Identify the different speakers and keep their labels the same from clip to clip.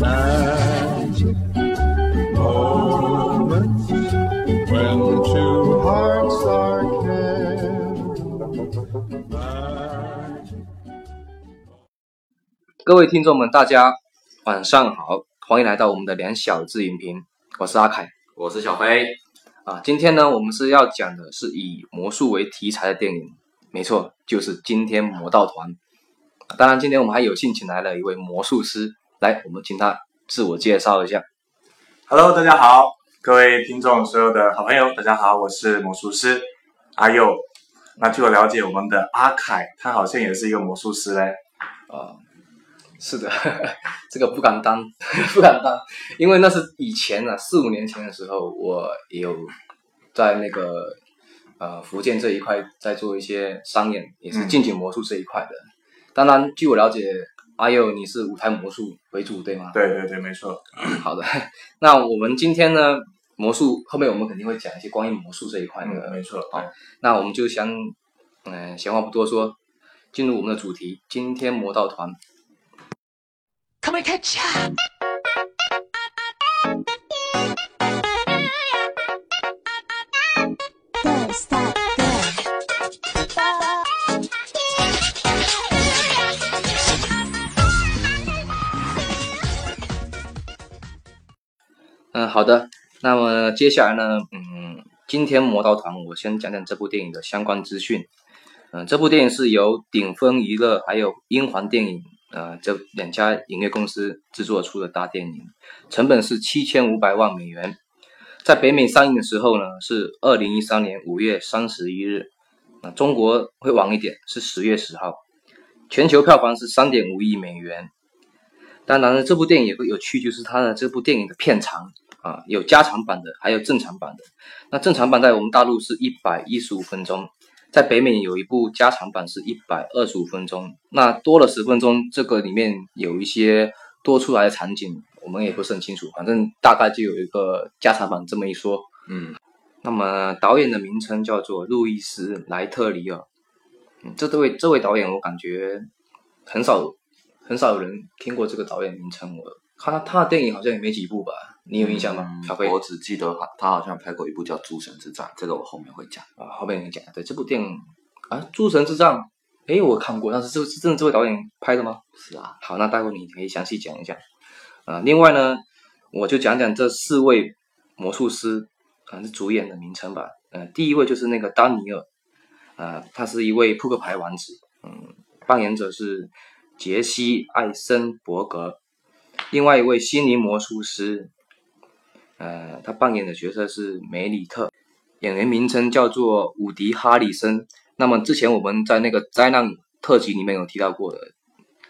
Speaker 1: Magic moments when two hearts are kissed. Magic
Speaker 2: 各位听众们，大家晚上好，欢迎来到我们的两小字影评，我是阿凯
Speaker 3: 我是小飞。
Speaker 2: 啊。今天呢，我们是要讲的是以魔术为题材的电影，没错，就是今天魔盗团。啊当然，今天我们还有幸请来了一位魔术师，来，我们请他自我介绍一下。
Speaker 4: Hello，大家好，各位听众，所有的好朋友，大家好，我是魔术师阿佑。那据我了解，我们的阿凯他好像也是一个魔术师嘞。
Speaker 2: 是的， 这个不敢当， 不敢当，因为那是以前啊，四五年前的时候，我也有在那个呃福建这一块在做一些商演，也是近景魔术这一块的。当然，据我了解，阿佑你是舞台魔术为主，对吗？
Speaker 4: 对对对，没错。
Speaker 2: 好的， 那我们今天呢，魔术后面我们肯定会讲一些关于魔术这一块的。
Speaker 4: 嗯，没错。
Speaker 2: 好那我们就想，嗯、闲话不多说，进入我们的主题，今天魔道团。
Speaker 5: Come and catch ya!
Speaker 2: 嗯，好的。那么接下来呢，嗯，今天魔道团我先讲讲这部电影的相关资讯。嗯，这部电影是由顶峰娱乐还有英皇电影呃这两家影业公司制作出的大电影，成本是七千五百万美元。在北美上映的时候呢，是二零一三年五月三十一日，那中国会晚一点，是十月十号。全球票房是三点五亿美元。当然了，这部电影有个有趣，就是它的这部电影的片长啊，有加长版的，还有正常版的。那正常版在我们大陆是一百一十五分钟，在北美有一部加长版是一百二十五分钟，那多了十分钟，这个里面有一些多出来的场景，我们也不是很清楚，反正大概就有一个加长版这么一说。
Speaker 3: 嗯，
Speaker 2: 那么导演的名称叫做路易斯·莱特里尔。嗯，这位这位导演，我感觉很少很少有人听过这个导演名称。我看他他的电影好像也没几部吧，你有印象吗？小飞
Speaker 3: 嗯我只记得他他好像拍过一部叫《诸神之战》，这个我后面会讲。
Speaker 2: 啊，后面你讲对这部电影啊，《诸神之战》，诶，我看过，但是这是真的这位导演拍的吗？
Speaker 3: 是啊，
Speaker 2: 好，那待会你可以详细讲一下。啊，另外呢，我就讲讲这四位魔术师啊是主演的名称吧。呃，第一位就是那个丹尼尔，呃，他是一位扑克牌王子，嗯，扮演者是杰西·艾森伯格。另外一位心灵魔术师，呃，他扮演的角色是梅里特，演员名称叫做伍迪·哈里森。那么之前我们在那个灾难特辑里面有提到过的，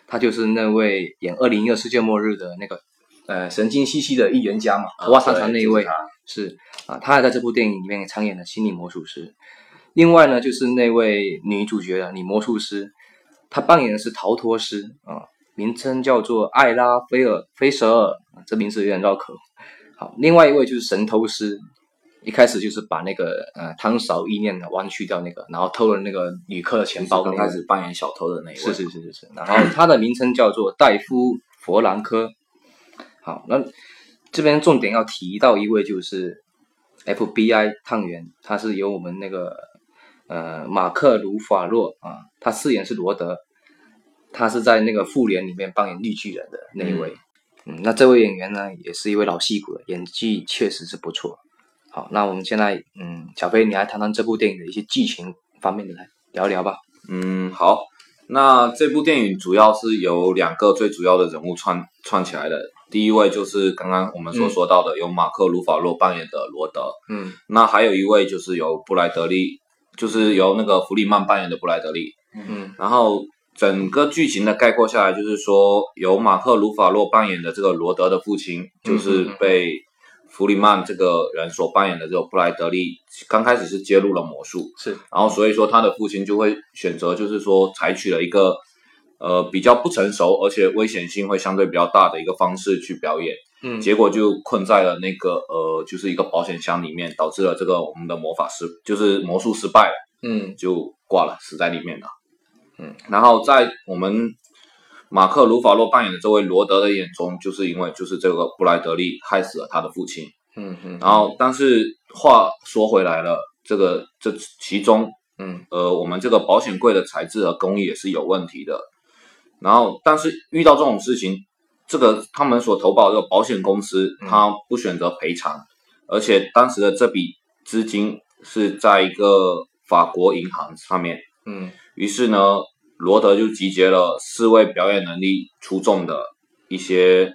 Speaker 2: 他就是那位演《二零一二世界末日》的那个呃神经兮兮的预言家嘛，头发长长那一位、
Speaker 4: 啊就是他
Speaker 2: 是啊，他还在这部电影里面参演了心理魔术师。另外呢，就是那位女主角的女魔术师，她扮演的是逃脱师啊，名称叫做艾拉菲尔菲舍尔，啊这名字有点绕口。好，另外一位就是神偷师，一开始就是把那个呃汤勺意念弯曲掉那个，然后偷了那个旅客的钱包那
Speaker 3: 刚
Speaker 2: 个。
Speaker 3: 开始扮演小偷的那一位。
Speaker 2: 是是是是是。然后它的名称叫做戴夫·佛兰科。好，那这边重点要提到一位就是 FBI 探员，他是由我们那个呃马克·鲁法洛啊，他饰演是罗德，他是在那个复联里面扮演绿巨人的那一位。嗯，那这位演员呢，也是一位老戏骨了，演技确实是不错。好，那我们现在，嗯，小飞，你来谈谈这部电影的一些剧情方面的来聊一聊吧。
Speaker 3: 嗯，好。那这部电影主要是由两个最主要的人物串串起来的。第一位就是刚刚我们所
Speaker 2: 嗯
Speaker 3: 说到的，由马克·鲁法洛扮演的罗德。
Speaker 2: 嗯
Speaker 3: 那还有一位就是由布莱德利，就是由那个弗里曼扮演的布莱德利。
Speaker 2: 嗯
Speaker 3: 然后整个剧情的概括下来，就是说由马克·鲁法洛扮演的这个罗德的父亲，
Speaker 2: 嗯
Speaker 3: 就是被弗里曼这个人所扮演的这个布莱德利，刚开始是揭露了魔术，
Speaker 2: 是，
Speaker 3: 然后所以说他的父亲就会选择，就是说采取了一个呃比较不成熟，而且危险性会相对比较大的一个方式去表演。
Speaker 2: 嗯
Speaker 3: 结果就困在了那个呃，就是一个保险箱里面，导致了这个我们的魔法失，就是魔术失败了，
Speaker 2: 嗯
Speaker 3: 就挂了，死在里面了。嗯，然后在我们马克·鲁法洛扮演的这位罗德的眼中，就是因为就是这个布莱德利害死了他的父亲。
Speaker 2: 嗯嗯，
Speaker 3: 然后，但是话说回来了，这个这其中，
Speaker 2: 嗯，
Speaker 3: 呃，我们这个保险柜的材质和啊工艺也是有问题的。然后，但是遇到这种事情，这个他们所投保的保险公司，
Speaker 2: 嗯
Speaker 3: 他不选择赔偿，而且当时的这笔资金是在一个法国银行上面。
Speaker 2: 嗯
Speaker 3: 于是呢，罗德就集结了四位表演能力出众的一些，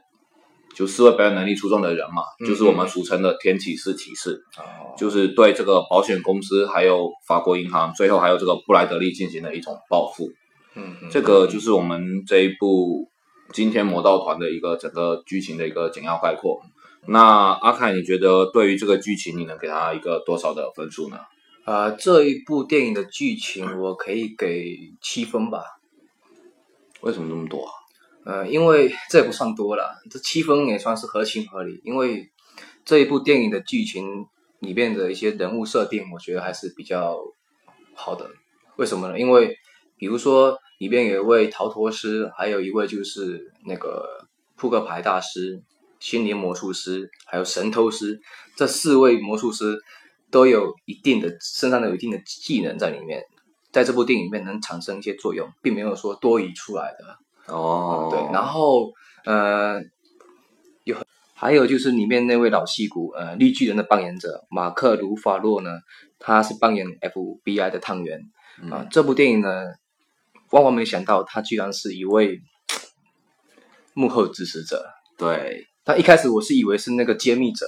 Speaker 3: 就四位表演能力出众的人嘛，
Speaker 2: 嗯
Speaker 3: 就是我们俗称的天启四骑士，
Speaker 2: 哦，
Speaker 3: 就是对这个保险公司还有法国银行，最后还有这个布莱德利进行了一种报复。
Speaker 2: 嗯嗯
Speaker 3: 这个就是我们这一部《惊天魔盗团》的一个整个剧情的一个简要概括。那阿凯，你觉得对于这个剧情，你能给他一个多少的分数呢？
Speaker 2: 呃，这一部电影的剧情我可以给七分吧，
Speaker 3: 为什么这么多啊？
Speaker 2: 呃，因为这也不算多了，这七分也算是合情合理。因为这一部电影的剧情里面的一些人物设定，我觉得还是比较好的。为什么呢？因为比如说里面有一位逃脱师，还有一位就是那个扑克牌大师、心灵魔术师，还有神偷师，这四位魔术师都有一定的身上都有一定的技能在里面，在这部电影里面能产生一些作用，并没有说多余出来的。
Speaker 3: 哦
Speaker 2: 对，然后呃，有还有就是里面那位老戏骨，呃，绿巨人的扮演者马克·鲁法洛呢，他是扮演 FBI 的探员
Speaker 6: 嗯
Speaker 2: 啊、这部电影呢，万万没想到他居然是一位幕后指使者。
Speaker 3: 对，
Speaker 2: 他一开始我是以为是那个揭秘者，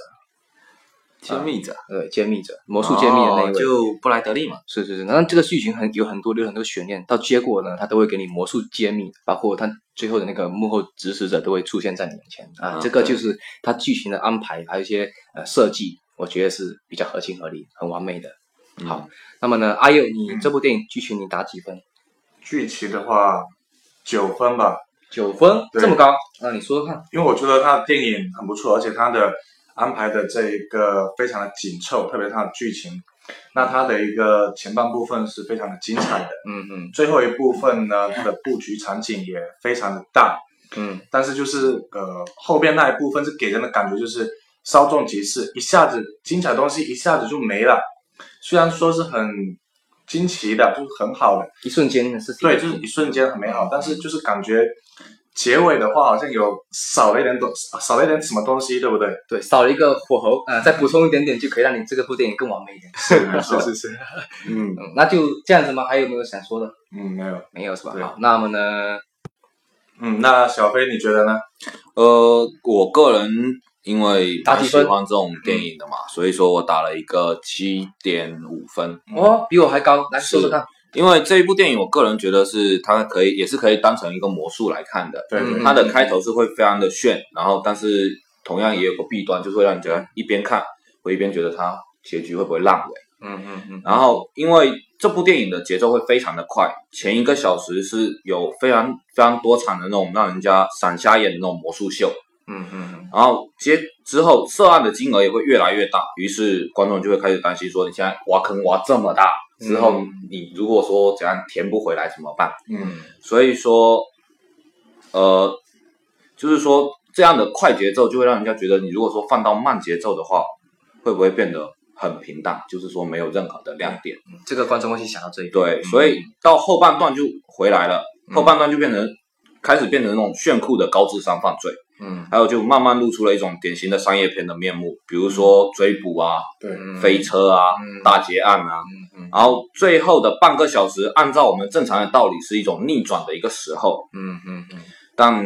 Speaker 6: 揭秘
Speaker 3: 啊
Speaker 6: 者，
Speaker 2: 对，揭秘者，魔术揭秘的那一位。
Speaker 6: 哦就布莱德利嘛，
Speaker 2: 是是是，然后这个剧情很有很多有很多悬念，到结果呢，他都会给你魔术揭秘，包括他最后的那个幕后指使者都会出现在你眼前啊，
Speaker 3: 啊
Speaker 2: 这个
Speaker 3: 对
Speaker 2: 就是他剧情的安排，还有一些呃设计，我觉得是比较合情合理、很完美的。好，那么呢，阿佑，你这部电影剧情你打几分？
Speaker 4: 剧情的话，九分吧，
Speaker 2: 九分，
Speaker 4: 对
Speaker 2: 哦这么高？那你说说看。
Speaker 4: 因为我觉得他的电影很不错，而且他的安排的这一个非常的紧凑，特别是他的剧情。那他的一个前半部分是非常的精彩的，
Speaker 2: 嗯嗯
Speaker 4: 最后一部分呢，它的布局场景也非常的大，
Speaker 2: 嗯，
Speaker 4: 但是就是呃后边那一部分是给人的感觉就是稍纵即逝，一下子精彩的东西一下子就没了。虽然说是很惊奇的，就是很好的，
Speaker 2: 一瞬间的事情。
Speaker 4: 对，就是一瞬间很美好，但是就是感觉结尾的话好像有少了一点东，少了一点什么东西，对不对？
Speaker 2: 对，少了一个火候，呃，再补充一点点就可以让你这个部电影更完美一点。
Speaker 4: 是是是，嗯
Speaker 2: 嗯，那就这样子吗？还有没有想说的？
Speaker 4: 嗯，没有，
Speaker 2: 没有是吧？
Speaker 4: 对
Speaker 2: 好，那么呢，
Speaker 4: 嗯，那小飞你觉得呢？
Speaker 3: 呃，我个人因为
Speaker 2: 打
Speaker 3: 蛮
Speaker 2: 几
Speaker 3: 喜
Speaker 2: 分
Speaker 3: 欢这种电影的嘛，所以说我打了一个七点五分。
Speaker 2: 哦，比我还高，来
Speaker 3: 是
Speaker 2: 说说看。
Speaker 3: 因为这一部电影，我个人觉得是它可以也是可以当成一个魔术来看的。
Speaker 4: 对对
Speaker 2: 嗯
Speaker 3: 它的开头是会非常的炫，然后但是同样也有个弊端，就是会让你觉得一边看，我一边觉得它结局会不会烂尾。
Speaker 2: 嗯嗯嗯
Speaker 3: 然后因为这部电影的节奏会非常的快，前一个小时是有非常非常多场的那种让人家闪瞎眼的那种魔术秀，
Speaker 2: 嗯嗯
Speaker 3: 然后接之后涉案的金额也会越来越大，于是观众就会开始担心说，你现在挖坑挖这么大，之后你如果说怎样填不回来怎么办？
Speaker 4: 嗯，
Speaker 3: 所以说，呃，就是说这样的快节奏就会让人家觉得，你如果说放到慢节奏的话，会不会变得很平淡？就是说没有任何的亮点。
Speaker 2: 嗯，这个观众会去想嗯到这一点。
Speaker 3: 对，所以到后半段就回来了，
Speaker 2: 嗯
Speaker 3: 后半段就变成开始变成那种炫酷的高智商犯罪。
Speaker 2: 嗯
Speaker 3: 还有就慢慢露出了一种典型的商业片的面目，比如说追捕啊、
Speaker 4: 对，
Speaker 2: 嗯
Speaker 3: 飞车啊、
Speaker 2: 嗯
Speaker 3: 大劫案啊，
Speaker 2: 嗯嗯
Speaker 3: 然后最后的半个小时，按照我们正常的道理是一种逆转的一个时候，
Speaker 2: 嗯嗯嗯
Speaker 3: 但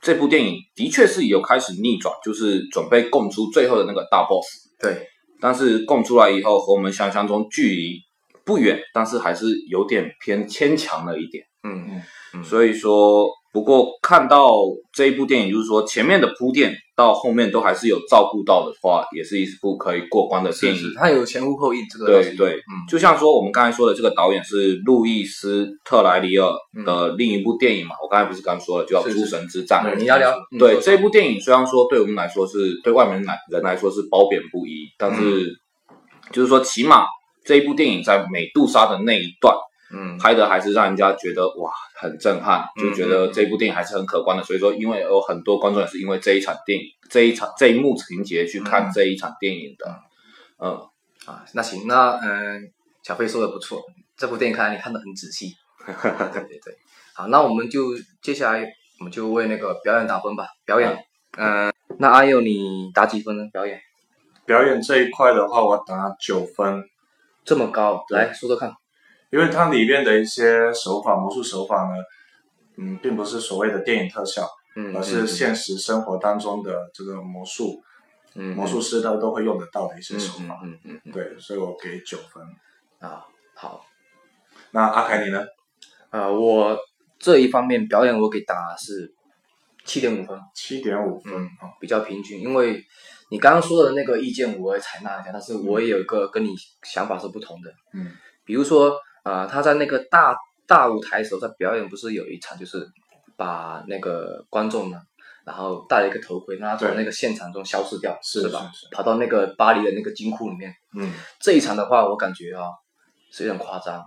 Speaker 3: 这部电影的确是有开始逆转，就是准备供出最后的那个大 boss，
Speaker 2: 对，
Speaker 3: 但是供出来以后和我们想象中距离不远，但是还是有点偏牵强了一点。
Speaker 2: 嗯嗯
Speaker 3: 所以说，不过看到这一部电影，就是说前面的铺垫到后面都还是有照顾到的话，也是一部可以过关的电
Speaker 2: 是
Speaker 3: 影。
Speaker 2: 是，它有前呼后应，这个
Speaker 3: 对
Speaker 2: 东西
Speaker 3: 对，
Speaker 2: 嗯
Speaker 3: 就像说我们刚才说的，这个导演是路易斯·特莱里尔的另一部电影嘛，我刚才不是刚说了，就叫
Speaker 2: 嗯是
Speaker 3: 《
Speaker 2: 是
Speaker 3: 诸神之战》
Speaker 2: 嗯你聊聊。嗯
Speaker 3: 对
Speaker 2: 说说
Speaker 3: 这部电影，虽然说对我们来说是对外面来人来说是褒贬不
Speaker 2: 嗯
Speaker 3: 一，但是就是说起码这一部电影在美杜莎的那一段，
Speaker 2: 嗯
Speaker 3: 拍的还是让人家觉得哇很震撼，就觉
Speaker 2: 嗯
Speaker 3: 得这部电影还是很可观的。所以说，因为有很多观众也是因为这一场电影、这一场这一幕情节去
Speaker 2: 嗯
Speaker 3: 看这一场电影的。嗯，
Speaker 2: 啊，那行，那嗯、小飞说的不错，这部电影看来你看得很仔 细。对对对，好，那我们就接下来我们就为那个表演打分吧。表演，嗯、那阿佑你打几分呢？表演
Speaker 4: 表演这一块的话，我打九分，
Speaker 2: 这么高，来说说看。
Speaker 4: 因为它里面的一些手法、魔术手法呢，嗯，并不是所谓的电影特效，
Speaker 2: 嗯，
Speaker 4: 而是现实生活当中的这个魔术，
Speaker 2: 嗯
Speaker 4: 魔术师他都会用得到的一些
Speaker 2: 嗯
Speaker 4: 手
Speaker 2: 嗯
Speaker 4: 法。
Speaker 2: 嗯嗯嗯
Speaker 4: 对，所以我给九分。
Speaker 2: 啊，好，
Speaker 4: 那阿凯你呢？
Speaker 2: 呃，我这一方面表演我给打是七点五分，
Speaker 4: 七点五分
Speaker 2: 嗯
Speaker 4: 啊，
Speaker 2: 比较平均，因为你刚刚说的那个意见我也采纳一下，但是我也有一个跟你想法是不同的。
Speaker 4: 嗯，
Speaker 2: 比如说，呃，他在那个大大舞台的时候，在表演不是有一场就是把那个观众呢，然后戴了一个头盔，让他从
Speaker 4: 对
Speaker 2: 那个现场中消失掉，
Speaker 4: 是
Speaker 2: 吧？
Speaker 4: 是是
Speaker 2: 跑到那个巴黎的那个金库里面，
Speaker 4: 嗯
Speaker 2: 这一场的话，我感觉啊是有点夸张，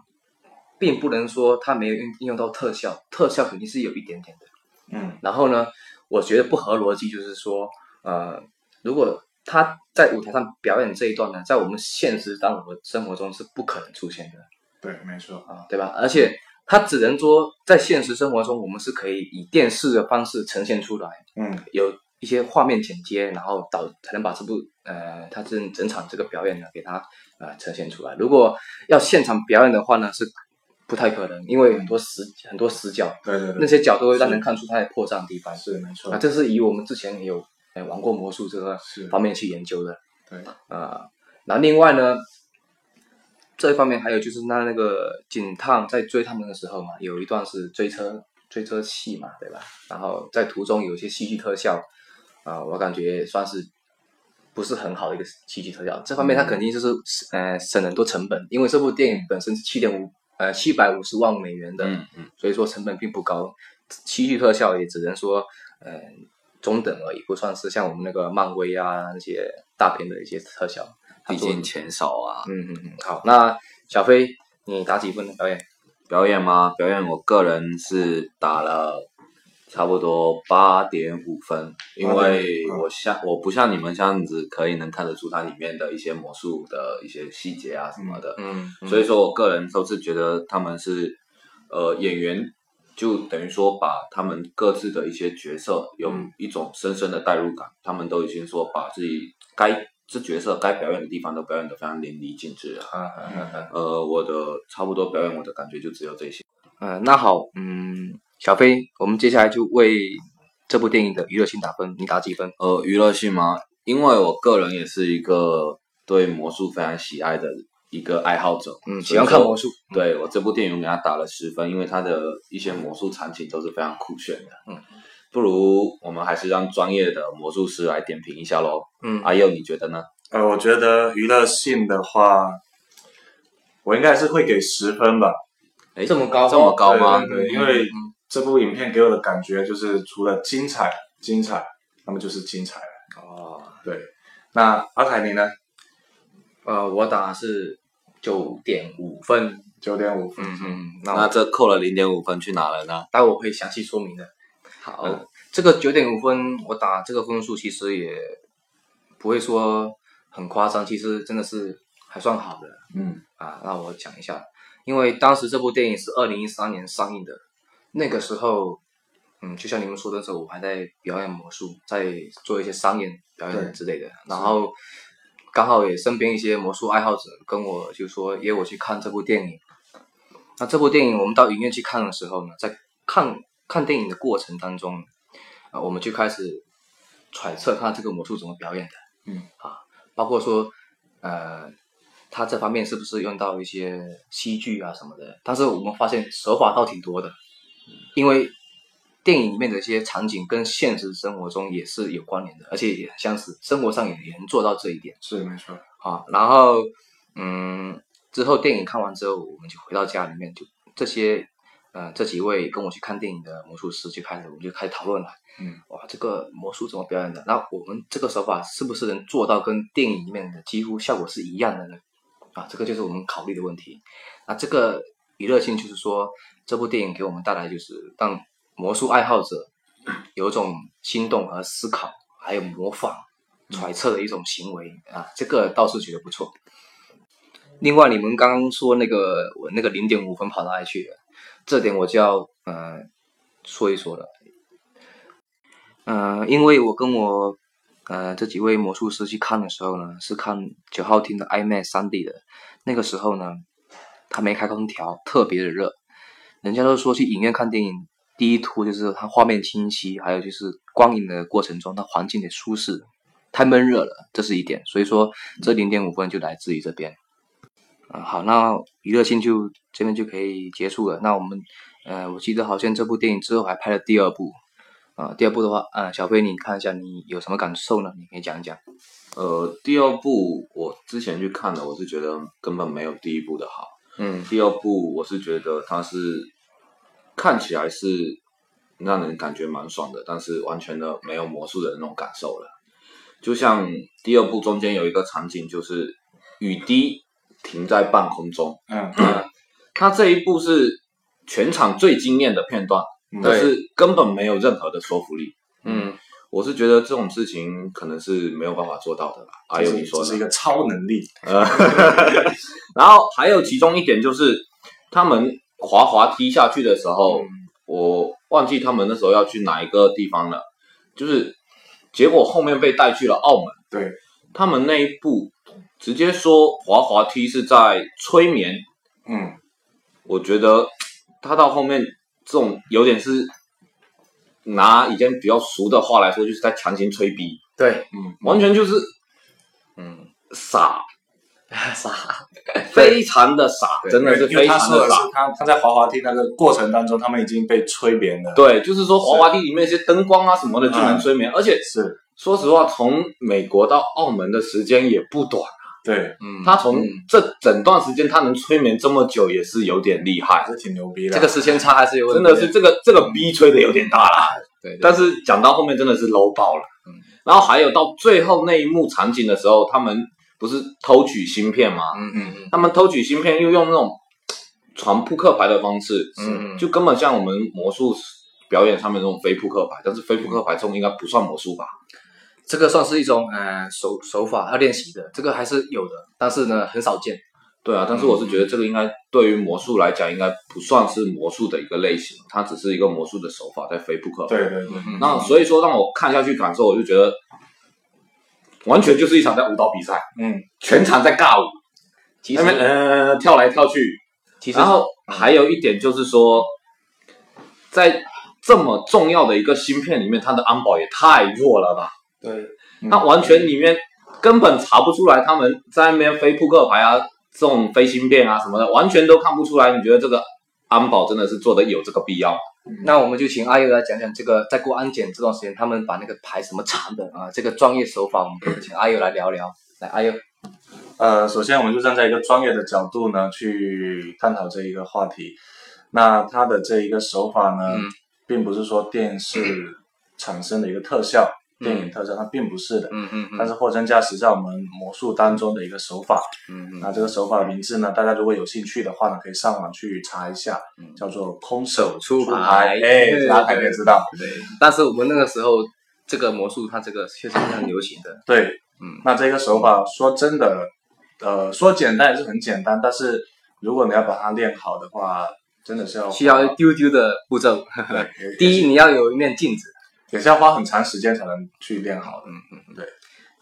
Speaker 2: 并不能说他没有应应用到特效，特效肯定是有一点点的。
Speaker 4: 嗯
Speaker 2: 然后呢，我觉得不合逻辑就是说，呃，如果他在舞台上表演这一段呢，在我们现实当我们生活中是不可能出现的
Speaker 4: 对，没错，
Speaker 2: 啊，对吧？而且他只能说在现实生活中，我们是可以以电视的方式呈现出来，
Speaker 4: 嗯
Speaker 2: 有一些画面剪接，然后导才能把这部呃他整整场这个表演呢给他呃呈现出来。如果要现场表演的话呢，是不太可能，因为很多死很多死角，
Speaker 4: 对对对，
Speaker 2: 那些角都会让人看出他的破绽的地方。
Speaker 4: 是没错
Speaker 2: 啊，，这是以我们之前也有呃玩过魔术这个
Speaker 4: 是
Speaker 2: 方面去研究的。
Speaker 4: 对，
Speaker 2: 啊，然后另外呢，这一方面还有就是那那个警探在追他们的时候嘛，有一段是追车追车戏嘛，对吧？然后在途中有一些戏剧特效，啊、我感觉算是不是很好的一个戏剧特效。这方面它肯定就是、呃省了很多成本，因为这部电影本身是七点五呃七百五十万美元的，
Speaker 3: 嗯
Speaker 2: 所以说成本并不高。戏剧特效也只能说呃中等而已，不算是像我们那个漫威啊那些大片的一些特效。
Speaker 6: 毕竟钱少啊。
Speaker 2: 嗯嗯嗯，好，那小飞你打几分的表演？
Speaker 3: 表演吗？表演我个人是打了差不多八点五分，因为
Speaker 4: 8.5
Speaker 3: 我像我不像你们这样子，可以能看得出它里面的一些魔术的一些细节啊什么的。
Speaker 2: 嗯
Speaker 3: 所以说我个人都是觉得他们是，呃，演员就等于说把他们各自的一些角色有
Speaker 2: 嗯
Speaker 3: 一种深深的代入感，他们都已经说把自己该这角色该表演的地方都表演得非常淋漓尽致了。
Speaker 2: 啊啊啊啊！
Speaker 3: 呃，我的差不多表演我的感觉就只有这些。
Speaker 2: 嗯，那好，嗯，小飞，我们接下来就为这部电影的娱乐性打分，你打几分？
Speaker 3: 呃，娱乐性吗？因为我个人也是一个对魔术非常喜爱的一个爱好者，
Speaker 2: 嗯，
Speaker 3: 所
Speaker 2: 喜
Speaker 3: 以
Speaker 2: 欢看
Speaker 3: 说
Speaker 2: 魔术。
Speaker 3: 对我这部电影我给他打了十分，因为他的一些魔术场景都是非常酷炫的。
Speaker 2: 嗯，
Speaker 3: 不如我们还是让专业的魔术师来点评一下喽。
Speaker 2: 嗯
Speaker 3: 阿佑，你觉得呢？
Speaker 4: 呃，我觉得娱乐性的话，我应该是会给十分吧，
Speaker 3: 哎，
Speaker 2: 这么高
Speaker 3: 这么高吗？
Speaker 4: 哦
Speaker 3: 嗯
Speaker 4: 对对对，因为这部影片给我的感觉就是除了精彩，精彩，那么就是精彩了。
Speaker 2: 哦，
Speaker 4: 对，那阿凯你呢？
Speaker 2: 呃，我打是九点五分。
Speaker 4: 九点五分。
Speaker 2: 嗯嗯，那
Speaker 3: 那
Speaker 2: 我
Speaker 3: 这扣了零点五分去哪了呢？
Speaker 2: 待会我会详细说明的。
Speaker 3: 好，
Speaker 2: 嗯这个九点五分，我打这个分数其实也不会说很夸张，其实真的是还算好的。
Speaker 4: 嗯
Speaker 2: 啊，那我讲一下，因为当时这部电影是二零一三年上映的，那个时候，嗯，就像你们说的时候，我还在表演魔术，在做一些商演表
Speaker 4: 对
Speaker 2: 演之类的，然后刚好也身边一些魔术爱好者跟我就说约我去看这部电影。那这部电影我们到影院去看的时候呢，在看看电影的过程当中，啊，我们就开始揣测他这个魔术怎么表演的，
Speaker 4: 嗯
Speaker 2: 啊，包括说，呃，他这方面是不是用到一些戏剧啊什么的？但是我们发现手法倒挺多的，因为电影里面的一些场景跟现实生活中也是有关联的，而且也很相似，生活上也也能做到这一点
Speaker 4: 是没错。
Speaker 2: 啊。然后，嗯，之后电影看完之后，我们就回到家里面，就这些，呃，这几位跟我去看电影的魔术师就开始，我们就开始讨论了。
Speaker 4: 嗯，
Speaker 2: 哇，这个魔术怎么表演的？那我们这个手法是不是能做到跟电影里面的几乎效果是一样的呢？啊，这个就是我们考虑的问题。那这个娱乐性就是说，这部电影给我们带来就是让魔术爱好者有一种心动和思考，还有模仿、揣测的一种行为啊，这个倒是觉得不错。另外，你们刚刚说那个我那个零点五分跑到哪里去了？这点我就要呃说一说了。嗯、因为我跟我呃这几位魔术师去看的时候呢，是看九号厅的 IMAX 三 D 的。那个时候呢，它没开空调，特别的热。人家都说去影院看电影，第一图就是它画面清晰，还有就是观影的过程中它环境得舒适，太闷热了，这是一点。所以说这零点五分就来自于这边。嗯，好，那娱乐性就这边就可以结束了。那我们，呃，我记得好像这部电影之后还拍了第二部，啊、第二部的话，嗯、小飞你看一下你有什么感受呢？你可以讲一讲。
Speaker 3: 呃，第二部我之前去看的，我是觉得根本没有第一部的好。
Speaker 2: 嗯
Speaker 3: 第二部我是觉得它是看起来是让人感觉蛮爽的，但是完全的没有魔术的那种感受了。就像第二部中间有一个场景，就是雨滴停在半空中，
Speaker 4: 嗯，
Speaker 3: 它这一部是全场最惊艳的片段，
Speaker 4: 嗯
Speaker 3: 但
Speaker 2: 对
Speaker 3: 嗯是根本没有任何的说服力。
Speaker 2: 嗯，
Speaker 3: 我是觉得这种事情可能是没有办法做到的啦。阿
Speaker 4: 这
Speaker 3: 尤，
Speaker 4: 是
Speaker 3: 哎你说
Speaker 4: 这是
Speaker 3: 呢
Speaker 4: 一？个超能力，
Speaker 3: 然后还有其中一点就是，他们滑滑梯下去的时候，
Speaker 4: 嗯
Speaker 3: 我忘记他们那时候要去哪一个地方了，就是结果后面被带去了澳门。
Speaker 4: 对，
Speaker 3: 他们那一步直接说滑滑梯是在催眠，
Speaker 4: 嗯，
Speaker 3: 我觉得他到后面这种有点是拿以前比较俗的话来说，就是在强行吹逼，
Speaker 2: 对，
Speaker 3: 完全就是
Speaker 2: 嗯，
Speaker 3: 傻，
Speaker 2: 傻，
Speaker 3: 非常的傻，真的是
Speaker 4: 因为
Speaker 3: 非
Speaker 4: 他
Speaker 3: 常
Speaker 4: 说的
Speaker 3: 的
Speaker 4: 是
Speaker 3: 傻。
Speaker 4: 他他在滑滑梯那个过程当中，他们已经被催眠了，
Speaker 3: 对，就是说滑滑梯里面一些灯光啊什么的就能催眠，而且
Speaker 4: 嗯是，
Speaker 3: 说实话，从美国到澳门的时间也不短，
Speaker 4: 对，
Speaker 2: 嗯，
Speaker 3: 他从
Speaker 2: 嗯
Speaker 3: 这整段时间他能催眠这么久，也是有点厉害
Speaker 4: 还。是挺牛逼的。
Speaker 2: 这个时间差还是有问
Speaker 3: 真
Speaker 2: 题，
Speaker 3: 的是这个这个逼吹的有点大啦，
Speaker 2: 对，对，
Speaker 3: 但是讲到后面真的是 low 爆了。
Speaker 2: 嗯
Speaker 3: 然后还有到最后那一幕场景的时候，他们不是偷取芯片吗？
Speaker 2: 嗯嗯嗯，
Speaker 3: 他们偷取芯片又用那种传扑克牌的方式，
Speaker 2: 嗯嗯
Speaker 3: 就根本像我们魔术表演上面那种非扑克牌，但是非扑克牌这种应该不算魔术吧？
Speaker 2: 这个算是一种呃手手法要练习的，这个还是有的，但是呢很少见。
Speaker 3: 对啊，但是我是觉得这个应该对于魔术来讲，应该不算是魔术的一个类型，它只是一个魔术的手法在非扑克牌。
Speaker 4: 对对对，
Speaker 2: 嗯
Speaker 3: 那所以说让我看下去感受，我就觉得完全就是一场在舞蹈比赛，
Speaker 4: 嗯，
Speaker 3: 全场在尬舞，
Speaker 2: 其
Speaker 3: 那
Speaker 2: 实
Speaker 3: 边呃跳来跳去。
Speaker 2: 其实嗯
Speaker 3: 然后还有一点就是说，在这么重要的一个芯片里面，它的安保也太弱了吧？
Speaker 2: 对，
Speaker 4: 嗯
Speaker 3: 它完全里面根本查不出来他们在那边飞扑克牌啊，这种飞芯片啊什么的，完全都看不出来。你觉得这个安保真的是做的有这个必要吗？
Speaker 2: 那我们就请阿佑来讲讲这个，在过安检这段时间，他们把那个排什么长的啊，这个专业手法，我们请阿佑来聊聊。来，阿佑，
Speaker 4: 呃，首先我们就站在一个专业的角度呢，去探讨这一个话题。那它的这一个手法呢，
Speaker 2: 嗯
Speaker 4: 并不是说电视产生的一个特效，电影特效，它并不是的。
Speaker 2: 嗯嗯
Speaker 4: 但是货真价实，在我们魔术当中的一个手法。
Speaker 2: 嗯
Speaker 4: 那这个手法的名字呢，大家如果有兴趣的话呢，可以上网去查一下，叫做空手
Speaker 2: 嗯出
Speaker 4: 出
Speaker 2: 牌
Speaker 4: 哎
Speaker 2: 对，
Speaker 4: 大家肯定知道。
Speaker 2: 对。但是我们那个时候，这个魔术它这个确实是很流行的，
Speaker 4: 对，
Speaker 2: 嗯
Speaker 4: 那这个手法说真的，呃，说简单也是很简单，但是如果你要把它练好的话，真的是要
Speaker 2: 需要一 丢丢的步骤。 第一，你要有一面镜子
Speaker 4: 也是要花很长时间才能去练好的。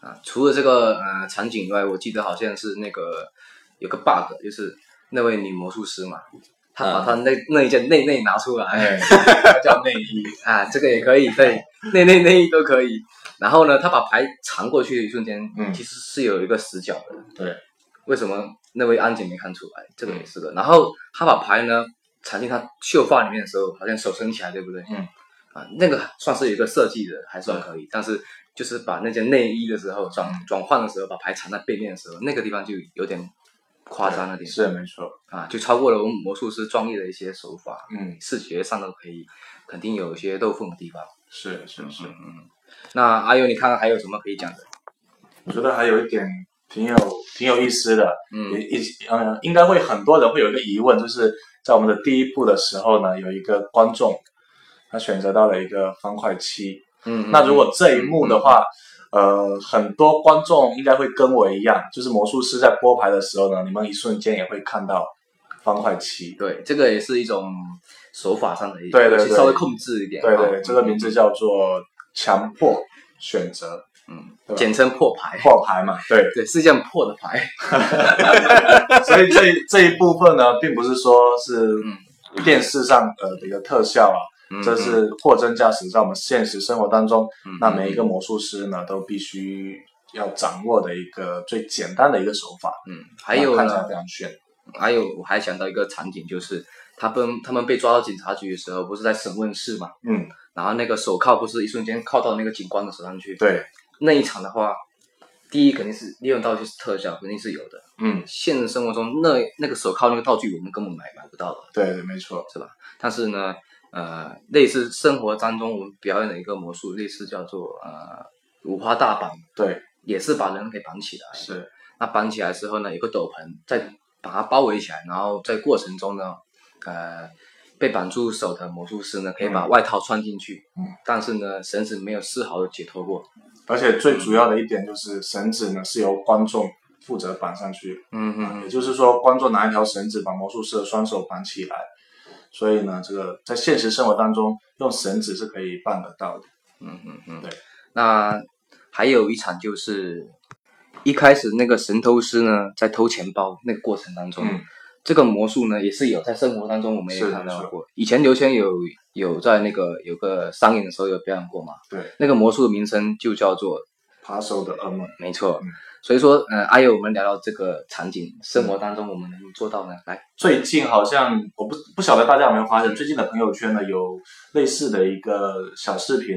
Speaker 2: 啊。除了这个呃场景以外，我记得好像是那个有个 bug，就是那位女魔术师嘛，她把她那那一件内内拿出来，
Speaker 4: 哎，它叫内衣，
Speaker 2: 啊，这个也可以，对，内内内衣都可以。然后呢，他把牌藏过去的一瞬间，
Speaker 4: 嗯
Speaker 2: 其实是有一个死角的。
Speaker 4: 对，
Speaker 2: 为什么那位安检没看出来？这个也是个。然后他把牌呢藏进他秀发里面的时候，好像手伸起来，对不对？
Speaker 4: 嗯。
Speaker 2: 啊，那个算是有一个设计的，还算可以。但是就是把那件内衣的时候
Speaker 4: 嗯
Speaker 2: 转转换的时候，把牌藏在背面的时候，那个地方就有点夸张了点。
Speaker 4: 是没错。
Speaker 2: 啊，就超过了我们魔术师专业的一些手法。
Speaker 4: 嗯，
Speaker 2: 视觉上都可以，肯定有一些漏缝的地方。
Speaker 4: 是是
Speaker 2: 嗯
Speaker 4: 是，
Speaker 2: 那阿佑，你看看还有什么可以讲的？
Speaker 4: 我觉得还有一点挺有挺有意思的，
Speaker 2: 嗯
Speaker 4: 也一呃，应该会很多人会有一个疑问，就是在我们的第一部的时候呢，有一个观众他选择到了一个方块七。
Speaker 2: 嗯，
Speaker 4: 那如果这一幕的话，呃，很多观众应该会跟我一样，就是魔术师在拨牌的时候呢，你们一瞬间也会看到方块七。
Speaker 2: 对，这个也是一种手法上的一，
Speaker 4: 对对对
Speaker 2: 稍微控制一点，
Speaker 4: 对
Speaker 2: 啊
Speaker 4: 对，这个名字叫做强迫选择对吧
Speaker 2: 简称破牌，
Speaker 4: 破牌嘛，对。
Speaker 2: 对，是一件破的牌，
Speaker 4: 所以这一这一部分呢，并不是说是
Speaker 2: 嗯
Speaker 4: 电视上呃的一个特效啊，这
Speaker 2: 嗯
Speaker 4: 是货真价实，在我们现实生活当中，那每一个魔术师呢都必须要掌握的一个最简单的一个手法。
Speaker 2: 嗯，还有
Speaker 4: 看起来
Speaker 2: 呢
Speaker 4: 非，常炫，
Speaker 2: 还有我还想到一个场景，就是他们他们被抓到警察局的时候，不是在审问室嘛，
Speaker 4: 嗯，
Speaker 2: 然后那个手铐不是一瞬间铐到那个警官的手上去，
Speaker 4: 对，
Speaker 2: 那一场的话，第一肯定是利用到就是特效，肯定是有的。
Speaker 4: 嗯，
Speaker 2: 现实生活中那那个手铐那个道具，我们根本买买不到的，
Speaker 4: 对对，没错，
Speaker 2: 是吧？但是呢，呃，类似生活当中我们表演的一个魔术，类似叫做呃五花大绑，
Speaker 4: 对，
Speaker 2: 也是把人给绑起来。
Speaker 4: 是，
Speaker 2: 那绑起来之后呢，有个斗篷，再把它包围起来，然后在过程中呢，呃，被绑住手的魔术师呢，可以把外套穿进去，
Speaker 4: 嗯
Speaker 2: 但是呢，绳子没有丝毫的解脱过，
Speaker 4: 而且最主要的一点就是绳子呢是由观众负责绑上去，
Speaker 2: 嗯嗯
Speaker 4: 也就是说，观众拿一条绳子把魔术师的双手绑起来，所以呢，这个在现实生活当中用绳子是可以办得到的。
Speaker 2: 嗯嗯嗯，
Speaker 4: 对。
Speaker 2: 那还有一场就是一开始那个神偷师呢，在偷钱包那个过程当中，
Speaker 4: 嗯
Speaker 2: 这个魔术呢也是有在生活当中我们也
Speaker 4: 是
Speaker 2: 看到
Speaker 4: 是
Speaker 2: 过。以前刘谦有有在那个有个商演的时候有表演过嘛，
Speaker 4: 对，
Speaker 2: 那个魔术的名称就叫做
Speaker 4: 扒手的噩梦，
Speaker 2: 没错
Speaker 4: 嗯。
Speaker 2: 所以说，嗯、呃，阿友，我们聊聊这个场景，生活当中我们能做到呢？来，
Speaker 4: 最近好像我不不晓得大家有没有发现，最近的朋友圈呢有类似的一个小视频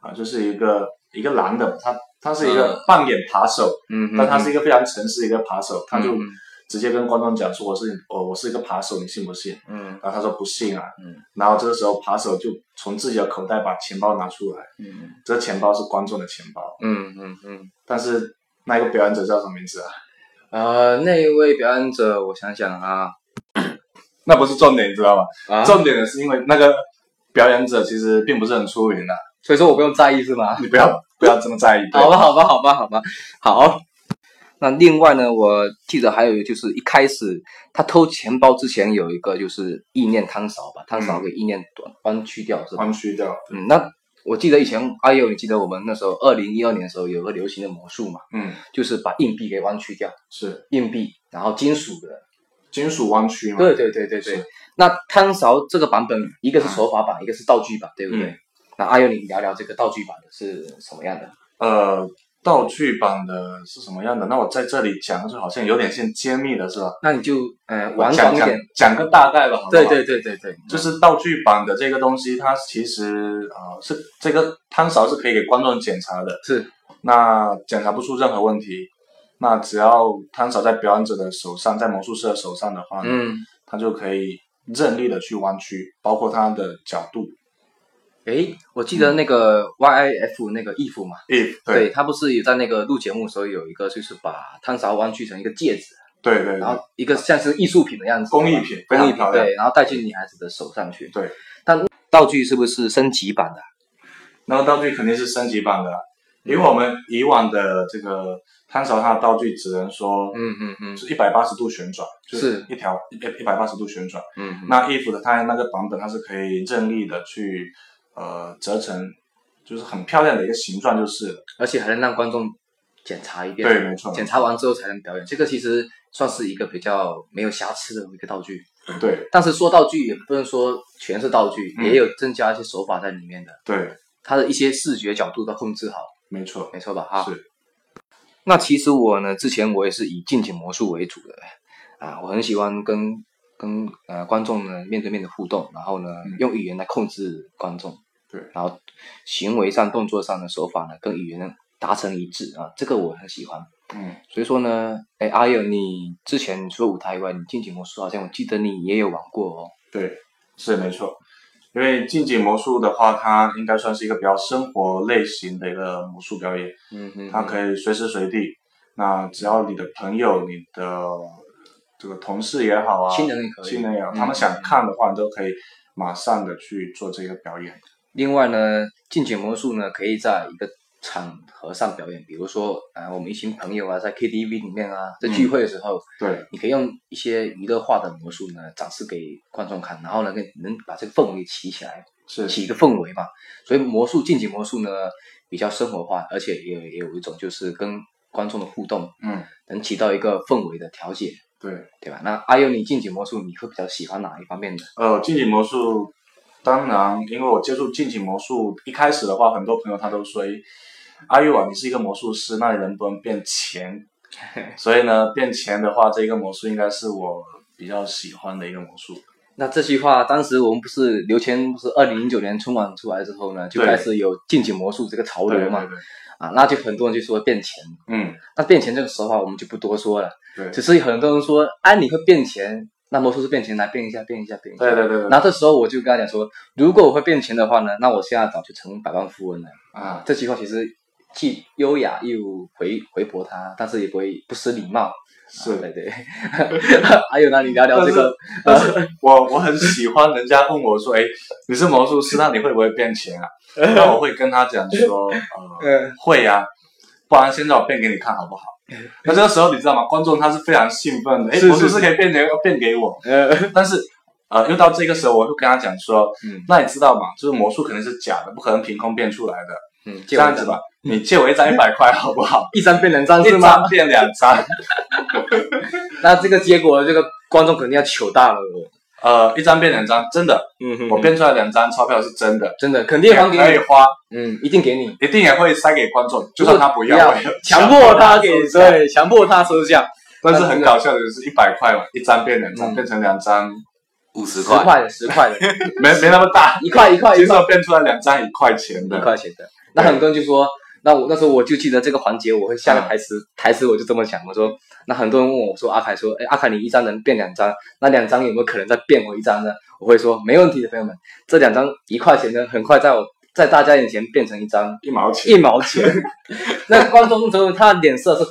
Speaker 4: 啊，就是一个一个男的，他他是一个扮演扒手，
Speaker 2: 嗯
Speaker 4: 但他是一个非常诚实的一个扒手，他就
Speaker 2: 嗯
Speaker 4: 直接跟观众讲说我是我我是一个扒手，你信不信？
Speaker 2: 嗯
Speaker 4: 然后他说不信啊，
Speaker 2: 嗯
Speaker 4: 然后这个时候扒手就从自己的口袋把钱包拿出来，
Speaker 2: 嗯
Speaker 4: 这钱包是观众的钱包，
Speaker 2: 嗯嗯嗯。
Speaker 4: 但是那个表演者叫什么名字啊？
Speaker 2: 呃，那一位表演者，我想想啊，
Speaker 4: 那不是重点，你知道吗？
Speaker 2: 啊，
Speaker 4: 重点的是因为那个表演者其实并不是很出名的、啊
Speaker 2: 所以说我不用在意是吗？
Speaker 4: 你不要不要这么在意。对
Speaker 2: 哦 好吧，好吧，好吧，好吧，好。那另外呢，我记得还有就是一开始他偷钱包之前有一个就是意念贪勺吧，贪勺给意念短弯曲掉是吧？
Speaker 4: 弯曲掉，
Speaker 2: 嗯，那我记得以前阿佑，你记得我们那时候二零一二年的时候有个流行的魔术嘛，
Speaker 4: 嗯，
Speaker 2: 就是把硬币给弯曲掉，
Speaker 4: 是
Speaker 2: 硬币然后金属的，
Speaker 4: 金属弯曲嘛？
Speaker 2: 对对对对对
Speaker 4: 是。
Speaker 2: 那贪勺这个版本，一个是手法版，一个是道具版，对不对？
Speaker 4: 嗯
Speaker 2: 那阿佑，你聊聊这个道具版的是什么样的？
Speaker 4: 呃，道具版的是什么样的？那我在这里讲，就好像有点像揭秘的是吧？
Speaker 2: 那你就呃婉转
Speaker 4: 讲
Speaker 2: 一
Speaker 4: 讲
Speaker 2: 点，
Speaker 4: 讲个大概吧，好不好？
Speaker 2: 对对对对对，
Speaker 4: 就是道具版的这个东西，它其实啊、呃、是这个汤勺是可以给观众检查的，
Speaker 2: 是
Speaker 4: 那检查不出任何问题。那只要汤勺在表演者的手上，在魔术师的手上的话，，
Speaker 2: 嗯，
Speaker 4: 他就可以任意的去弯曲，包括他的角度。
Speaker 2: 诶，我记得那个 YIF 那个 if 嘛，
Speaker 4: if
Speaker 2: 对
Speaker 4: 对
Speaker 2: 他不是有在那个录节目的时候有一个就是把汤勺弯曲成一个戒指，
Speaker 4: 对对
Speaker 2: 然
Speaker 4: 对
Speaker 2: 后一个像是艺术品的样子，
Speaker 4: 工艺
Speaker 2: 对吧
Speaker 4: 品非常
Speaker 2: 工艺品
Speaker 4: 漂亮
Speaker 2: 对，然后戴进女孩子的手上去。
Speaker 4: 对，
Speaker 2: 但道具是不是升级版的？
Speaker 4: 那个道具肯定是升级版的，
Speaker 2: 嗯
Speaker 4: 因为我们以往的这个汤勺它的道具只能说
Speaker 2: 嗯嗯嗯
Speaker 4: 是一百八十度旋转，就是一条一一百八十度旋转。
Speaker 2: 嗯嗯
Speaker 4: 那 if 的它那个版本，它是可以任意的去呃折成，就是很漂亮的一个形状，就是了
Speaker 2: 而且还能让观众检查一遍，
Speaker 4: 对，，没错，
Speaker 2: 检查完之后才能表演。这个其实算是一个比较没有瑕疵的一个道具。
Speaker 4: 对
Speaker 2: 但是说道具也不能说全是道具，
Speaker 4: 嗯
Speaker 2: 也有增加一些手法在里面的，
Speaker 4: 对，
Speaker 2: 它的一些视觉角度都控制好，
Speaker 4: 没错，
Speaker 2: 没错吧？哈，
Speaker 4: 是，
Speaker 2: 那其实我呢，之前我也是以近景魔术为主的，啊，我很喜欢跟跟呃观众呢面对面的互动，然后呢、
Speaker 4: 嗯
Speaker 2: 用语言来控制观众，
Speaker 4: 对
Speaker 2: 然后行为上、动作上的手法呢跟语言达成一致啊，这个我很喜欢。
Speaker 4: 嗯，
Speaker 2: 所以说呢，哎，阿友，你之前除了舞台以外，你近景魔术好像我记得你也有玩过哦，
Speaker 4: 对，是没错。因为近景魔术的话，它应该算是一个比较生活类型的一个魔术表演，
Speaker 2: 嗯嗯
Speaker 4: 它可以随时随地，那只要你的朋友、你的这个同事也好啊，
Speaker 2: 新人也可以
Speaker 4: 新人也好，
Speaker 2: 嗯
Speaker 4: 他们想看的话，你都可以马上的去做这个表演。
Speaker 2: 另外呢，敬请魔术呢可以在一个场合上表演，比如说呃，我们一群朋友啊，在 KTV 里面啊，在聚会的时候，
Speaker 4: 对，
Speaker 2: 你可以用一些娱乐化的魔术呢展示给观众看，然后呢，给能把这个氛围起起来，
Speaker 4: 是
Speaker 2: 起一个氛围嘛。所以魔术近景魔术呢比较生活化，而且也有也有一种就是跟观众的互动，
Speaker 4: 嗯，
Speaker 2: 能起到一个氛围的调节，
Speaker 4: 对。
Speaker 2: 对吧？那阿尤尼近景魔术你会比较喜欢哪一方面的？
Speaker 4: 呃，近景魔术，当然，因为我接触近景魔术一开始的话，很多朋友他都说，诶阿玉啊，你是一个魔术师，那你能不能变钱？ 所以呢，变钱的话，这个魔术应该是我比较喜欢的一个魔术。
Speaker 2: 那这句话，当时我们不是刘谦，不是二零零九年春晚出来之后呢，就
Speaker 4: 对
Speaker 2: 开始有近景魔术这个潮
Speaker 4: 对
Speaker 2: 流
Speaker 4: 对
Speaker 2: 嘛，
Speaker 4: 对，
Speaker 2: 啊，那就很多人就说变钱。
Speaker 4: 嗯，
Speaker 2: 那变钱这个说法我们就不多说了，
Speaker 4: 对，
Speaker 2: 只是很多人说，哎、你会变钱，那魔术师变钱来变一下，变一下，变一下。
Speaker 4: 对对对对
Speaker 2: 然后这时候我就跟他讲说，如果我会变钱的话呢，那我现在早就成百万富翁了。
Speaker 4: 啊，
Speaker 2: 这句话其实既优雅又回回驳他，但是也不会不失礼貌。
Speaker 4: 是
Speaker 2: 啊对对。 还有呢，你聊聊这个，
Speaker 4: 但是 我我很喜欢人家问我说，哎，你是魔术师，那你会不会变钱啊？ 那我会跟他讲 说，呃
Speaker 2: 嗯，
Speaker 4: 会呀、不然现在我变给你看好不好？那这个时候你知道吗？观众他是非常兴奋的，哎，
Speaker 2: 是
Speaker 4: 魔术
Speaker 2: 是
Speaker 4: 师可以变给变给 我，
Speaker 2: 呃，
Speaker 4: 但是。呃，又到这个时候，我会跟他讲说，
Speaker 2: 嗯
Speaker 4: 那你知道吗？就是魔术肯定是假的，不可能凭空变出来的。
Speaker 2: 嗯，
Speaker 4: 这样子吧，你借我一张一百块好不好？
Speaker 2: 一张变两张
Speaker 4: 一
Speaker 2: 是吗
Speaker 4: 张？变两张，
Speaker 2: 那这个结果，这个观众肯定要糗大了。
Speaker 4: 呃，一张变两张，真的，
Speaker 2: 嗯哼
Speaker 4: 我变出来两张钞票是真的，
Speaker 2: 真的肯定还给
Speaker 4: 可以
Speaker 2: 你，
Speaker 4: 花，
Speaker 2: 嗯，一定给你。
Speaker 4: 一定也会塞给观哎众，就算他不
Speaker 2: 不
Speaker 4: 要，
Speaker 2: 要
Speaker 4: 我也
Speaker 2: 强迫他给
Speaker 4: 收一下。
Speaker 2: 对，强迫他收下
Speaker 4: 但是很搞笑的就是一百块嘛，一张变两
Speaker 2: 嗯
Speaker 4: 张，变成两张，
Speaker 3: 五十
Speaker 2: 十块的、十块的、
Speaker 4: 没没那么大，
Speaker 2: 一块一块
Speaker 4: 其
Speaker 2: 一
Speaker 4: 实
Speaker 2: 块
Speaker 4: 我变出来两张一块钱
Speaker 2: 一
Speaker 4: 的，
Speaker 2: 块钱的。那很多人就说，那我那时候我就记得这个环节，我会下个台词，台词我就这么讲，我说，那很多人问我说，阿凯说，哎，阿凯你一张能变两张，那两张有没有可能再变回一张呢？我会说没问题的，朋友们，这两张一块钱的，很快在我在大家眼前变成一张
Speaker 4: 一毛钱，
Speaker 2: 一毛 钱。那观众之后，他的脸色是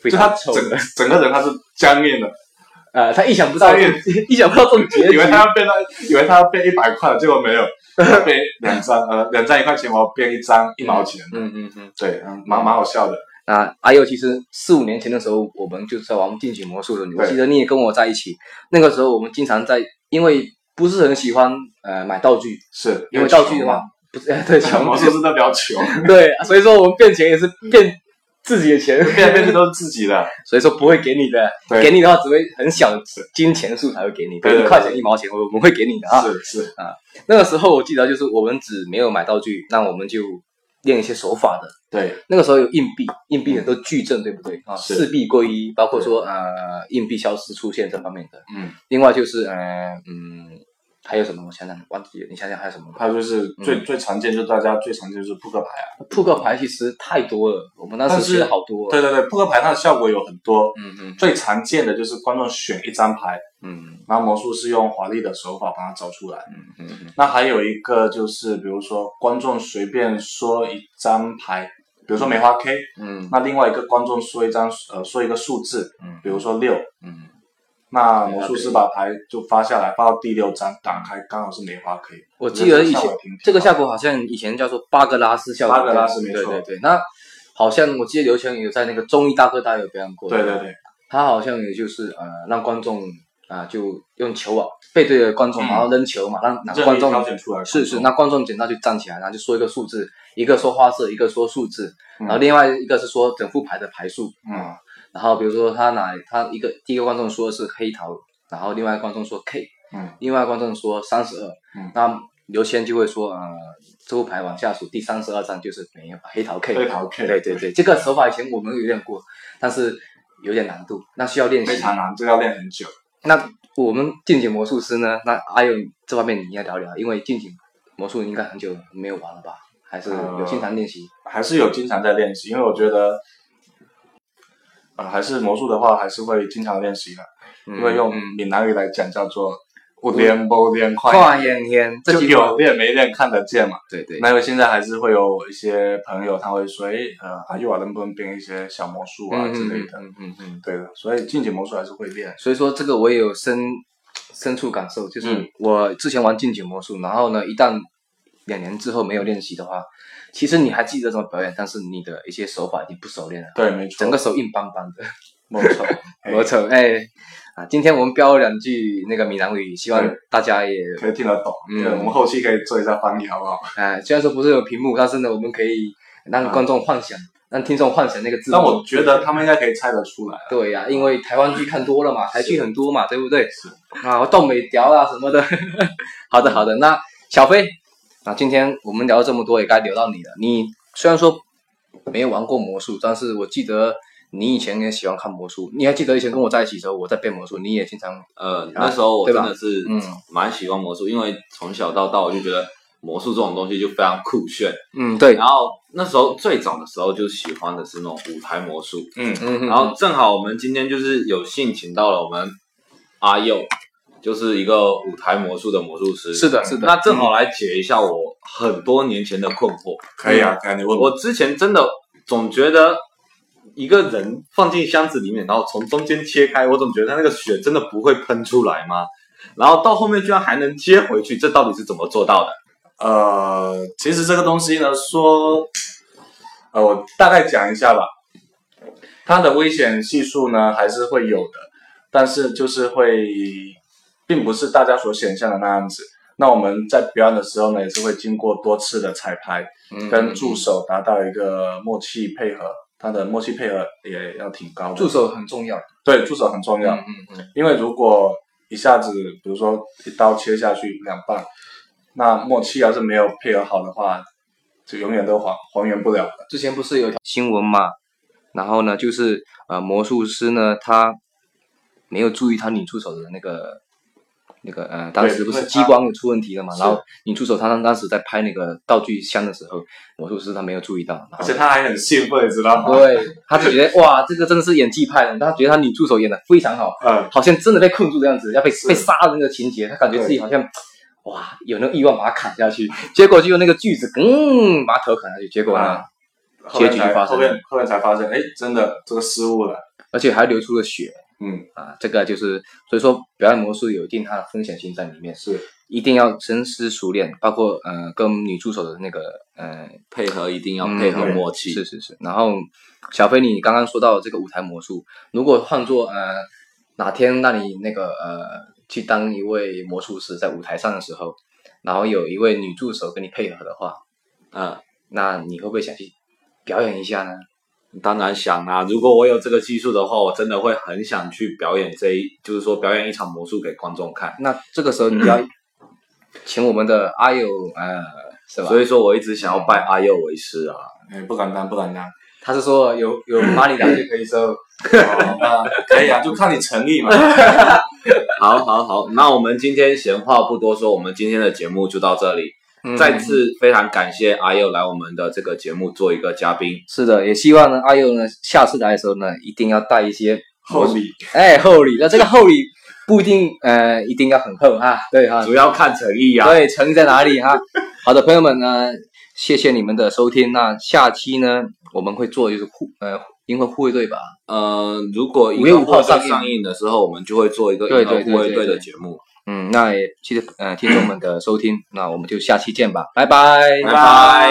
Speaker 2: 非
Speaker 4: 就他
Speaker 2: 常臭
Speaker 4: 整
Speaker 2: 的，
Speaker 4: 整个人他是僵硬的，
Speaker 2: 呃，他意想不到
Speaker 4: 张
Speaker 2: 这， 意想不到这种结
Speaker 4: 以
Speaker 2: 局
Speaker 4: 为。他要变到，以为他要变一百块，结果没有，他变两张，呃，两张一块钱，我要变一张一毛钱，
Speaker 2: 嗯嗯嗯。
Speaker 4: 对，嗯蛮蛮好笑的，
Speaker 2: 那还有，其实四五年前的时候，我们就在玩进行魔术的时候，我
Speaker 4: 对
Speaker 2: 记得你也跟我在一起。那个时候我们经常在，因为不是很喜欢呃买道具，
Speaker 4: 是
Speaker 2: 因为道具的话，不是、 对
Speaker 4: 穷嘛， 魔
Speaker 2: 穷
Speaker 4: 术师都比较穷，
Speaker 2: 对，所以说我们变钱也是变自己的钱，
Speaker 4: 变来变去都是自己的，
Speaker 2: 所以说不会给你的，
Speaker 4: 对
Speaker 2: 给你的话只会很小的金钱数才会给你，
Speaker 4: 对对对
Speaker 2: 一块钱一毛钱我我们会给你的啊。
Speaker 4: 是是，
Speaker 2: 那个时候我记得就是我们只没有买道具，那我们就练一些手法的。
Speaker 4: 对，
Speaker 2: 那个时候有硬币，硬币很多矩阵，对不对啊？
Speaker 4: 嗯是
Speaker 2: 四币归一，包括说呃硬币消失出现这方面的。
Speaker 4: 嗯。
Speaker 2: 另外就是呃嗯，还有什么？我想想，忘记了，你想想还有什么？
Speaker 4: 还有就是最、
Speaker 2: 嗯
Speaker 4: 最常见，就大家最常见就是扑克牌啊。
Speaker 2: 扑克牌其实太多了，我们当
Speaker 4: 但
Speaker 2: 时
Speaker 4: 是
Speaker 2: 学了好多。
Speaker 4: 对对对，扑克牌它的效果有很多。
Speaker 2: 嗯嗯
Speaker 4: 最常见的就是观众选一张牌，
Speaker 2: 嗯
Speaker 4: 然后魔术师用华丽的手法把它找出来。
Speaker 2: 嗯嗯嗯，
Speaker 4: 那还有一个就是，比如说观众随便说一张牌，比如说梅花 K，
Speaker 2: 嗯
Speaker 4: 那另外一个观众说一张呃说一个数字，
Speaker 2: 嗯
Speaker 4: 比如说六，
Speaker 2: 嗯，
Speaker 4: 那魔术师把牌就发下来，发到第六张，打开刚好是梅花 K。
Speaker 2: 我记得以前
Speaker 4: 效果挺挺好
Speaker 2: 这个效果好像以前叫做巴格拉斯效果。
Speaker 4: 巴格拉斯没
Speaker 2: 对
Speaker 4: 错
Speaker 2: 对对，那好像我记得刘强有在那个综艺大哥大有表演过。
Speaker 4: 对对。对，
Speaker 2: 他好像也就是呃让观众啊、就用球网背对着观众，
Speaker 4: 嗯
Speaker 2: 然后扔球嘛，让让
Speaker 4: 任
Speaker 2: 观
Speaker 4: 意
Speaker 2: 众
Speaker 4: 挑选出来的观众
Speaker 2: 是是，那观众捡到就站起来，然后就说一个数字，一个说花色，一个说数字，
Speaker 4: 嗯
Speaker 2: 然后另外一个是说整副牌的牌数啊、
Speaker 4: 嗯
Speaker 2: 然后比如说他拿他一个第一个观众说的是黑桃，然后另外一个观众说 K，
Speaker 4: 嗯，
Speaker 2: 另外一个观众说三十二
Speaker 4: 嗯，
Speaker 2: 那刘谦就会说呃这副牌往下数第三十二张就是没有黑桃 K，
Speaker 4: 黑桃 K，
Speaker 2: 对对对，这个手法以前我们有练过，但是有点难度，那需要练习
Speaker 4: 非。常难，这个要练很久。
Speaker 2: 那我们近景魔术师呢？那阿勇这方面你应该聊聊，因为近景魔术应该很久没有玩了吧？还是有
Speaker 4: 呃
Speaker 2: 经常练习？
Speaker 4: 还是有经常在练习，因为我觉得，呃，还是魔术的话，还是会经常练习的。因为用
Speaker 2: 嗯
Speaker 4: 闽南语来讲叫做不练不练快
Speaker 2: 快，眼眼，这
Speaker 4: 就
Speaker 2: 几
Speaker 4: 有
Speaker 2: 个
Speaker 4: 练没练看得见嘛。
Speaker 3: 对对，
Speaker 4: 那因为现在还是会有一些朋友他会说，哎，呃，阿玉啊，能不能编一些小魔术啊之类的？
Speaker 2: 嗯嗯嗯。
Speaker 4: 对的，所以近景魔术还是会练。
Speaker 2: 所以说这个我也有深深处感受，就是
Speaker 3: 嗯
Speaker 2: 我之前玩禁酒魔术，然后呢，一旦两年之后没有练习的话，其实你还记得怎么表演，但是你的一些手法已经不熟练了，
Speaker 4: 对，没错，
Speaker 2: 整个手硬邦邦的。
Speaker 4: 没 错，哎
Speaker 2: 我操，哎，啊，今天我们飙了两句那个闽南语，希望
Speaker 4: 对
Speaker 2: 大家也，
Speaker 4: 可以听得懂。
Speaker 2: 嗯
Speaker 4: 对，我们后期可以做一下翻译，好不好？
Speaker 2: 哎，虽然说不是有屏幕，但是呢，我们可以让观众幻想，啊让听众幻想那个字幕。
Speaker 4: 但我觉得他们应该可以猜得出来。
Speaker 2: 对呀、因为台湾剧看多了嘛，台剧很多嘛，对不对？啊，冻美条啊什么的。 好的，好的。那小飞，啊，今天我们聊了这么多，也该聊到你了。你虽然说没有玩过魔术，但是我记得你以前也喜欢看魔术。你还记得以前跟我在一起的时候，我在变魔术，你也经常
Speaker 3: 呃，那时候我
Speaker 2: 啊对
Speaker 3: 真
Speaker 2: 吧
Speaker 3: 的是
Speaker 2: 嗯
Speaker 3: 蛮喜欢魔术，因为从小到大我就觉得魔术这种东西就非常酷炫。
Speaker 2: 嗯对，
Speaker 3: 然后那时候最早的时候就喜欢的是那种舞台魔术，
Speaker 4: 嗯，
Speaker 2: 嗯，
Speaker 3: 然后正好我们今天就是有幸请到了我们阿佑，就是一个舞台魔术的魔术师。
Speaker 2: 是的是嗯的
Speaker 3: 那正好来解一下我很多年前的困惑。
Speaker 4: 可以啊，可以啊，你问我。
Speaker 3: 我之前真的总觉得一个人放进箱子里面，然后从中间切开，我总觉得他那个血真的不会喷出来吗？然后到后面居然还能接回去，这到底是怎么做到的？
Speaker 4: 呃，其实这个东西呢，说，呃，我大概讲一下吧。它的危险系数呢还是会有的，但是就是会，并不是大家所想象的那样子。那我们在表演的时候呢，也是会经过多次的彩排，
Speaker 2: 嗯
Speaker 4: 跟助手达到一个默契配合，它的默契配合也要挺高的。
Speaker 2: 助手很重要。
Speaker 4: 对助手很重要，
Speaker 2: 嗯嗯
Speaker 4: 因为如果一下子，比如说一刀切下去两半，那默契要是没有配合好的话，就永远都还还原不了的。
Speaker 2: 之前不是有一条新闻嘛，然后呢，就是呃，魔术师呢，他没有注意他女助手的那个那个呃，当时不是
Speaker 4: 对
Speaker 2: 激光出问题了嘛，
Speaker 4: 是
Speaker 2: 然后女助手她当时在拍那个道具箱的时候，魔术师他没有注意到，然
Speaker 4: 而
Speaker 2: 后
Speaker 4: 且他还很兴奋，你知道吗？
Speaker 2: 对，他就觉得哇，这个真的是演技派的，他觉得他女助手演的非常好，
Speaker 4: 嗯，
Speaker 2: 好像真的被困住的样子，要被
Speaker 4: 是
Speaker 2: 被杀的那个情节，他感觉自己好像哇有那个欲望把他砍下去，结果就用那个锯子嗯把他头砍下去，结果呢？
Speaker 4: 啊后面
Speaker 2: 结局
Speaker 4: 才
Speaker 2: 发生
Speaker 4: 后面后面才发现，哎，真的这个失误了。
Speaker 2: 而且还流出了血。
Speaker 4: 嗯
Speaker 2: 啊，这个就是所以说表演魔术有一定它的风险性在里面，
Speaker 4: 是
Speaker 2: 一定要深思熟练，包括呃跟女助手的那个呃
Speaker 3: 配合一定要
Speaker 2: 嗯
Speaker 3: 配合
Speaker 4: 对
Speaker 3: 默契。
Speaker 2: 是是是。然后小飞，你刚刚说到这个舞台魔术，如果换做呃哪天让你那个呃去当一位魔术师，在舞台上的时候，然后有一位女助手跟你配合的话，
Speaker 3: 嗯，
Speaker 2: 那你会不会想去表演一下呢？
Speaker 3: 当然想啊，如果我有这个技术的话，我真的会很想去表演这一，就是说表演一场魔术给观众看。
Speaker 2: 那这个时候你就要请我们的阿友呃是吧？
Speaker 3: 所以说我一直想要拜阿佑为师啊。
Speaker 4: 哎，不敢当，不敢当。
Speaker 2: 他是说有 有 money 来就可以收。
Speaker 4: 哦那可以啊，就看你诚 意嘛。
Speaker 3: 好，好，好，那我们今天闲话不多说，我们今天的节目就到这里。
Speaker 2: 嗯
Speaker 3: 再次非常感谢阿佑来我们的这个节目做一个嘉宾。
Speaker 2: 是的，也希望呢，阿佑呢下次来的时候呢，一定要带一些
Speaker 4: 厚礼，
Speaker 2: 哎厚礼。那这个厚礼不一定呃一定要很厚啊，对哈、
Speaker 3: 主要看诚意啊。
Speaker 2: 对，诚意在哪里哈、好的，朋友们呢，谢谢你们的收听。那下期呢，我们会做就是护呃银河护卫队吧，
Speaker 3: 呃，如果
Speaker 2: 五月五号上
Speaker 3: 上
Speaker 2: 映
Speaker 3: 上映的时候，我们就会做一个
Speaker 2: 对
Speaker 3: 银河
Speaker 2: 对对
Speaker 3: 护卫
Speaker 2: 对
Speaker 3: 队
Speaker 2: 对
Speaker 3: 的节目。
Speaker 2: 嗯，那也谢谢呃听众们的收听，那我们就下期见吧，拜拜，
Speaker 3: 拜拜